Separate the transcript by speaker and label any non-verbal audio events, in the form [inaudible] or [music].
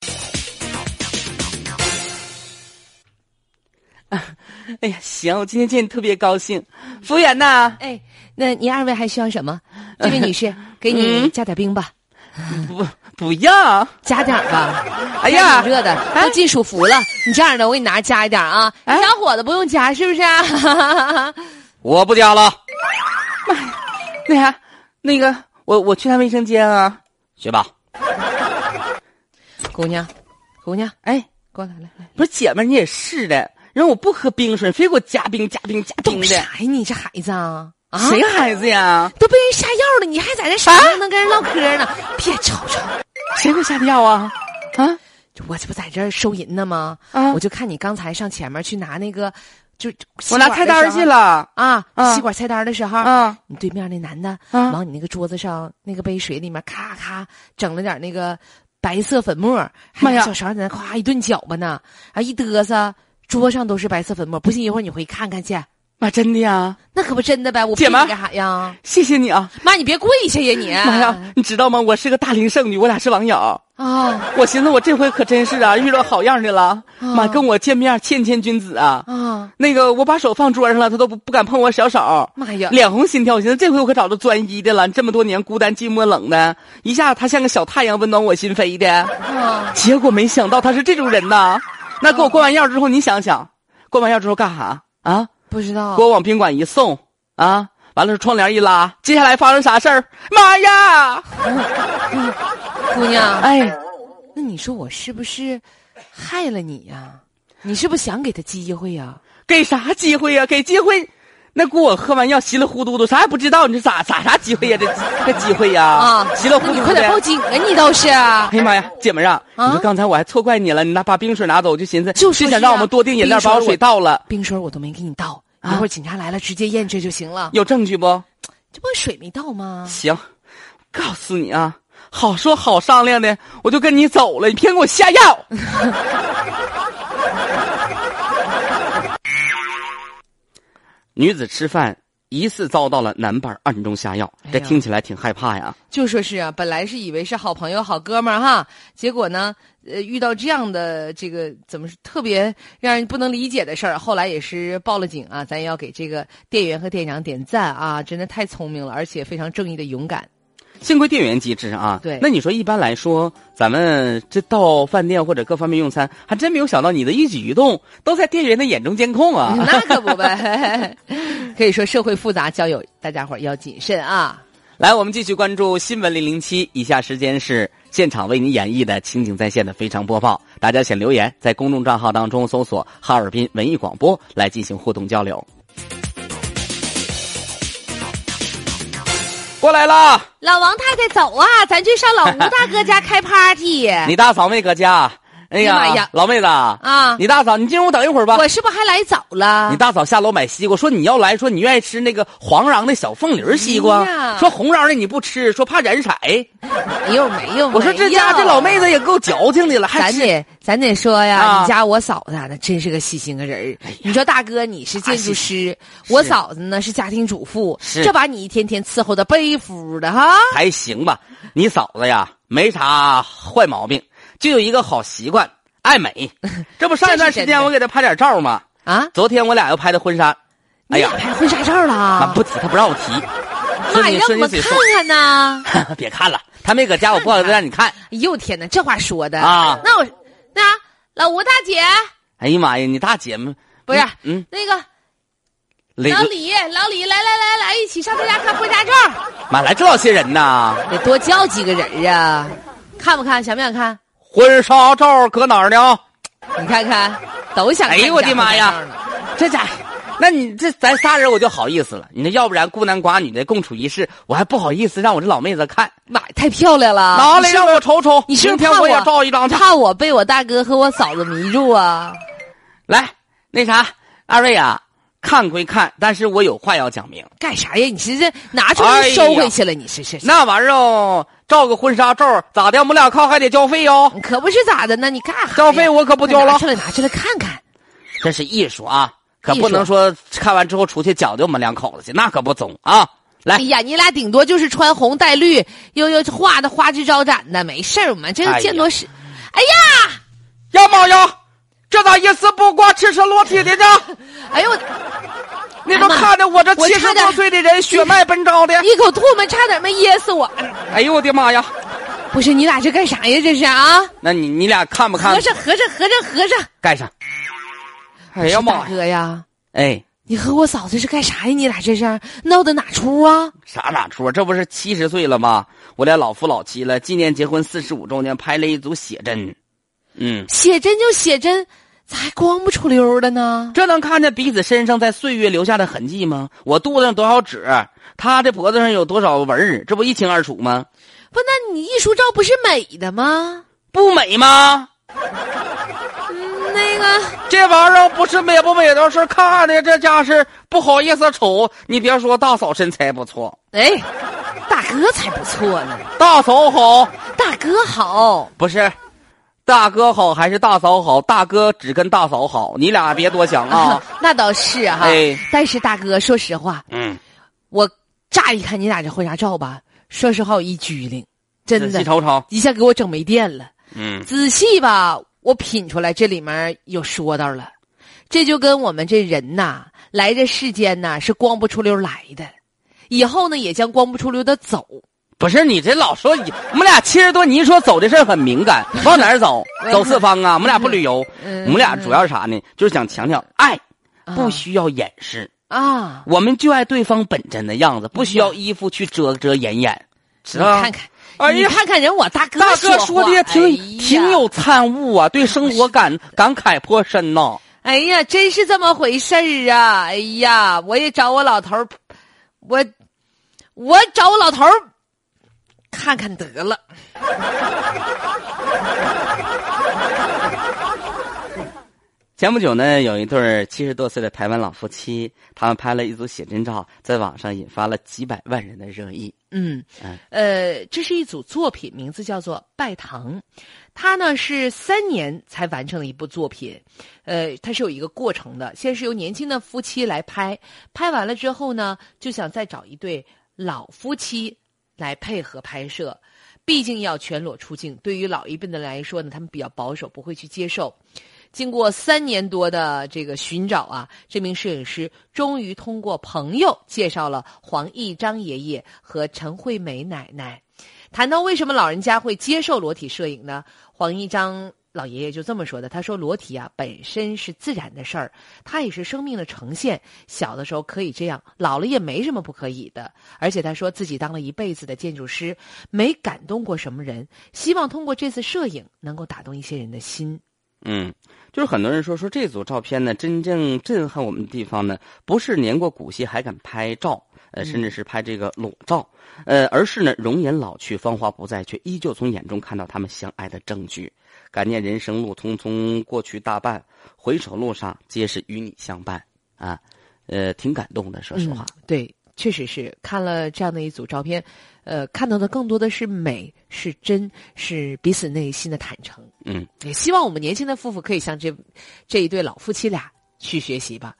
Speaker 1: [laughs] 哎呀，行，我今天见你特别高兴。服务员呐，
Speaker 2: 哎，那您二位还需要
Speaker 1: [laughs]
Speaker 2: 什么？这位女士，给
Speaker 1: 嗯
Speaker 2: 你加点冰吧，
Speaker 1: 不不要，
Speaker 2: 加点儿吧。
Speaker 1: 哎呀
Speaker 2: 天挺热的，都进暑伏了。你这样的，我给你拿加一点啊。你
Speaker 1: 哎
Speaker 2: 小伙子不用加，是不是啊？ [laughs]
Speaker 3: 我不加了，
Speaker 1: 那啥，那个我我去趟卫生间啊。
Speaker 3: 去吧。
Speaker 2: 姑娘，姑娘，
Speaker 1: 哎，
Speaker 2: 过来，来来，
Speaker 1: 不是姐们儿，你也是的，人我不喝冰水，非给我加冰加冰加冰
Speaker 2: 懂
Speaker 1: 的
Speaker 2: 啥，呀？你这孩子啊啊！
Speaker 1: 谁孩子呀？
Speaker 2: 都被人下药了，你还在这傻愣
Speaker 1: 啊
Speaker 2: 愣跟人唠嗑呢？别吵吵，
Speaker 1: 谁给我下的药啊？啊，
Speaker 2: 我这不在这儿收银呢吗？
Speaker 1: 啊
Speaker 2: 我就看你刚才上前面去拿那个，就
Speaker 1: 我拿菜单儿去了。
Speaker 2: 啊，
Speaker 1: 啊
Speaker 2: 吸管菜单儿的时候，
Speaker 1: 啊，
Speaker 2: 你对面那男的
Speaker 1: 啊
Speaker 2: 往你那个桌子上那个杯水里面咔咔整了点那个白色粉末，还
Speaker 1: 妈
Speaker 2: 拿
Speaker 1: 呀
Speaker 2: 小勺在那夸一顿搅吧呢，啊一嘚瑟，桌上都是白色粉末。不信一会儿你回去看看去，
Speaker 1: 妈，真的呀？
Speaker 2: 那可不真的呗，我
Speaker 1: 姐
Speaker 2: 骗
Speaker 1: 们儿
Speaker 2: 你干啥呀？
Speaker 1: 谢谢你啊！
Speaker 2: 妈，你别跪下呀
Speaker 3: 啊
Speaker 2: 你！
Speaker 1: 妈呀，你知道吗？我是个大龄剩女，我俩是网友。
Speaker 2: 啊
Speaker 1: 我寻思我这回可真是啊，遇到好样的
Speaker 3: 哦
Speaker 1: 了。妈，跟我见面谦谦君子啊。
Speaker 2: 啊！
Speaker 1: 那个，我把手放桌上了，他都不不敢碰我小手，
Speaker 2: 妈呀！
Speaker 1: 脸红心跳。我寻思这回我可找着专一的了，这么多年孤单寂寞冷的，一下他像个小太阳温暖我心扉的。
Speaker 2: 啊
Speaker 1: 结果没想到他是这种人呐。那给我灌完药之后，你想想，灌完药之后干啥啊？
Speaker 2: 不知道
Speaker 1: 给，我往宾馆一送啊，完了窗帘一拉，接下来发生啥事儿？妈呀！
Speaker 2: 姑娘，
Speaker 1: 哎，
Speaker 2: 那你说我是不是害了你呀、你是不是想给他机会呀、
Speaker 1: 给啥机会呀、给机会，那给我喝完药稀里糊涂的，啥也不知道，你这咋咋啥机会呀、这这机会呀、稀里糊
Speaker 2: 啊那
Speaker 1: 涂
Speaker 2: 你
Speaker 1: 的。
Speaker 2: 快点报警啊！你倒是啊，
Speaker 1: 哎呀妈呀，姐们儿啊，
Speaker 2: 啊
Speaker 1: 你说刚才我还错怪你了，你拿把冰水拿走，我就寻思
Speaker 2: 就说是啊
Speaker 1: 想让我们多订饮料，
Speaker 2: 冰水
Speaker 1: 把我水倒了，
Speaker 2: 冰水我都没给你倒，
Speaker 1: 啊
Speaker 2: 一会儿警察来了直接验证就行了。
Speaker 1: 有证据不？
Speaker 2: 这不水没倒吗？
Speaker 1: 行，告诉你啊，好说好商量的，我就跟你走了，你偏给我下药。 [laughs] 女子吃饭疑似遭到了男伴暗中下药，
Speaker 2: 哎呀
Speaker 1: 这听起来挺害怕呀。
Speaker 2: 就说是啊，本来是以为是好朋友、好哥们儿哈，结果呢，呃，遇到这样的这个怎么是特别让人不能理解的事儿，后来也是报了警啊。咱也要给这个店员和店长点赞啊，真的太聪明了，而且非常正义的勇敢。
Speaker 1: 幸亏店员机制啊，
Speaker 2: 对
Speaker 1: 那你说一般来说，咱们这到饭店或者各方面用餐，还真没有想到你的一举一动都在店员的眼中监控啊。
Speaker 2: [laughs] 那可不呗。可以说社会复杂，交友大家伙儿要谨慎啊。
Speaker 1: 来，我们继续关注新闻零零七。以下时间是现场为您演绎的情景再现的非常播报，大家请留言在公众账号当中搜索“哈尔滨文艺广播”来进行互动交流。过来啦，
Speaker 2: 老王太太走啊，咱去上老吴大哥家开 party。
Speaker 1: 你大嫂妹搁家。哎呀，
Speaker 2: 哎呀妈呀
Speaker 1: 老妹子啊，
Speaker 2: 啊，
Speaker 1: 你大嫂，你进屋等一会儿吧。
Speaker 2: 我是不是还来早了
Speaker 1: 你？大嫂下楼买西瓜，说你要来说你愿意吃那个黄瓤的小凤梨西瓜
Speaker 2: 哎，呀哎
Speaker 1: 说红瓤的你不吃，说怕染色。
Speaker 2: 没有没有，
Speaker 1: 我说这家这老妹
Speaker 2: 子。
Speaker 1: 子也够矫情的了，还
Speaker 2: 咱
Speaker 1: 吃。
Speaker 2: 得咱得说呀，
Speaker 1: 啊哎
Speaker 2: 你家我嫂子啊那真是个细心个人儿。你说大哥你是建筑师，
Speaker 1: 是
Speaker 2: 我嫂子呢是家庭主妇，
Speaker 1: 啊是
Speaker 2: 这把你一天天伺候的背夫的哈。
Speaker 1: 还行吧。你嫂子呀，没啥坏毛病，就有一个好习惯，爱
Speaker 2: [laughs]
Speaker 1: 美。这不上一段时
Speaker 2: 这是真
Speaker 1: 间
Speaker 2: 的
Speaker 1: 我给她拍点照吗？
Speaker 2: 啊，
Speaker 1: 昨天我俩又拍的婚纱。哎
Speaker 2: 你
Speaker 1: 呀
Speaker 2: 俩，拍婚纱照了
Speaker 1: 妈
Speaker 2: 啊？
Speaker 1: 不提，她不让我提。说
Speaker 2: 妈
Speaker 1: 你
Speaker 2: 呀，让
Speaker 1: 顺
Speaker 2: 我
Speaker 1: 你嘴
Speaker 2: 看
Speaker 1: 说，
Speaker 2: 看呐！
Speaker 1: [laughs] 别看了，她没搁家，我不好意思让你看。
Speaker 2: 哎呦天哪，这话说的
Speaker 1: 啊
Speaker 2: 那我那老吴大姐
Speaker 1: 哎呀妈呀，你大姐们
Speaker 2: 不是
Speaker 1: 嗯，
Speaker 2: 那个
Speaker 1: 雷
Speaker 2: 老李，老李，来来来来，一起上他家看婚纱照，
Speaker 1: 妈来这老些人呐。
Speaker 2: 得多叫几个人儿啊！看不看？想不想看？
Speaker 1: 婚纱照搁哪儿呢？
Speaker 2: 你看看，都想看。
Speaker 1: 哎呦我的妈呀！这家，那你这咱仨人我就好意思了。你这要不然孤男寡女的共处一室，我还不好意思让我这老妹子看。
Speaker 2: 妈呀，太漂亮了！
Speaker 1: 拿来
Speaker 2: 你是
Speaker 1: 让我瞅瞅，
Speaker 2: 啊你是
Speaker 1: 明
Speaker 2: 不是
Speaker 1: 天
Speaker 2: 怕
Speaker 1: 也照一
Speaker 2: [laughs]
Speaker 1: 张去。哎
Speaker 2: 怕我被我大哥和我嫂子迷住啊？
Speaker 1: 来，那啥，二位啊，看归看，但是我有话要讲明。
Speaker 2: 干啥呀？你这这拿出
Speaker 1: 哎
Speaker 2: 来
Speaker 1: 呀
Speaker 2: 收回去了？你是是是？
Speaker 1: 那玩意儿哦，照个婚纱照咋的？我们俩看还得交费哦。
Speaker 2: 你可不是咋的呢？你干啥呀？
Speaker 1: 交费我可不交了
Speaker 2: 拿出来拿出来看看。
Speaker 1: 这是艺术啊，可
Speaker 2: 艺
Speaker 1: 不
Speaker 2: 术
Speaker 1: 能说看完之后出去讲究我们两口子去，那可不中啊。来
Speaker 2: 哎，呀，你俩顶多就是穿红戴绿，又又画的花枝招展的，没事儿，我们这
Speaker 1: 哎
Speaker 2: 个
Speaker 1: 呀
Speaker 2: 见多识。哎呀，
Speaker 1: 呀妈呀，这咋一丝不挂
Speaker 3: 赤身裸体的呢？
Speaker 2: 哎呦，我
Speaker 3: 你都看着我这
Speaker 2: 我
Speaker 3: 七十
Speaker 2: 差点
Speaker 3: 多岁的人血脉奔张的，
Speaker 2: 一口吐沫差点没噎死我！
Speaker 3: 哎呦我的妈呀！
Speaker 2: 不是你俩这干啥呀？这是啊？
Speaker 1: 那你你俩看不看
Speaker 2: 合？上，合上，合上，合上！
Speaker 1: 盖上。
Speaker 3: 哎呀妈
Speaker 2: 大
Speaker 3: 呀！
Speaker 2: 哥呀，
Speaker 1: 哎，
Speaker 2: 你和我嫂子是干啥呀？你俩这是闹的哪出啊？
Speaker 1: 啥哪出？这不是七十岁了吗？我俩老夫老妻了，纪念结婚四十五周年，拍了一组写真。嗯，
Speaker 2: 写真就写真，咋还光不出溜的呢？
Speaker 1: 这能看见彼此身上在岁月留下的痕迹吗？我肚子上多少褶儿，他的脖子上有多少纹儿，这不一清二楚吗？
Speaker 2: 不，那你艺术照不是美的吗？
Speaker 1: 不美吗？
Speaker 2: 嗯那个，
Speaker 3: 这玩意儿不是美不美的事儿，看的这家是不好意思瞅。
Speaker 1: 你别说，大嫂身材不错，
Speaker 2: 哎，大哥才不错呢，
Speaker 3: 大嫂好，
Speaker 2: 大哥好，
Speaker 1: 不是，大哥好还是大嫂好？大哥只跟大嫂好，你俩别多想
Speaker 2: [laughs]
Speaker 1: 啊。
Speaker 2: 那倒是哈、
Speaker 1: 哎
Speaker 2: 但是大哥，说实话，
Speaker 1: 嗯，
Speaker 2: 我乍一看你俩这婚纱照吧，说实话我一激灵，真
Speaker 1: 仔细
Speaker 2: 的，
Speaker 1: 瞅瞅。
Speaker 2: 一下给我整没电了。
Speaker 1: 嗯，
Speaker 2: 仔细吧，我品出来这里面有说道了，这就跟我们这人呐，来这世间呐是光不出溜来的，以后呢也将光不出溜的走。
Speaker 1: 不是你这老说你，我们俩七十多，你一说走这事儿很敏感，往哪儿走？走四方啊！我们俩不旅游，
Speaker 2: 嗯
Speaker 1: 我们俩主要是啥呢？就是想强调爱
Speaker 2: 啊
Speaker 1: 不需要掩饰，
Speaker 2: 啊，
Speaker 1: 我们就爱对方本真的样子，不需要衣服去遮遮掩掩。
Speaker 3: 是
Speaker 2: 你
Speaker 3: 啊
Speaker 2: 看。看，
Speaker 3: 哎
Speaker 2: 你
Speaker 3: 呀，
Speaker 2: 看看人我大哥
Speaker 1: 大哥
Speaker 2: 说
Speaker 1: 说
Speaker 2: 话
Speaker 1: 的也挺、
Speaker 2: 哎呀
Speaker 1: 挺有参悟啊，对生活 [laughs] 感感慨颇深呐、
Speaker 2: 哎呀，真是这么回事儿啊！哎呀，我也找我老头儿，我我找我老头儿看看得了。
Speaker 1: 前不久呢，有一对七十多岁的台湾老夫妻，他们拍了一组写真照，在网上引发了几百万人的热议。
Speaker 2: 嗯
Speaker 1: 哎，
Speaker 2: 呃，这是一组作品，名字叫做《拜堂》，它呢是三年才完成的一部作品，呃，它是有一个过程的。先是由年轻的夫妻来拍，拍完了之后呢，就想再找一对老夫妻来配合拍摄，毕竟要全裸出镜。对于老一辈的来说呢，他们比较保守，不会去接受。经过三年多的这个寻找啊，这名摄影师终于通过朋友介绍了黄义章爷爷和陈惠美奶奶。谈到为什么老人家会接受裸体摄影呢？黄义章老爷爷就这么说的：“他说，裸体啊本身是自然的事儿，它也是生命的呈现。小的时候可以这样，老了也没什么不可以的。而且他说自己当了一辈子的建筑师，没感动过什么人，希望通过这次摄影能够打动一些人的心。”
Speaker 1: 嗯，就是很多人说说这组照片呢，真正震撼我们的地方呢，不是年过古稀还敢拍照，呃，甚至是拍这个裸照，呃，而是呢容颜老去，芳华不再，却依旧从眼中看到他们相爱的证据。感念人生路匆匆过去大半，回首路上皆是与你相伴啊，呃，挺感动的，说实话。
Speaker 2: 嗯。对，确实是看了这样的一组照片，呃，看到的更多的是美，是真，是彼此内心的坦诚。
Speaker 1: 嗯，
Speaker 2: 也希望我们年轻的夫妇可以向这这一对老夫妻俩去学习吧。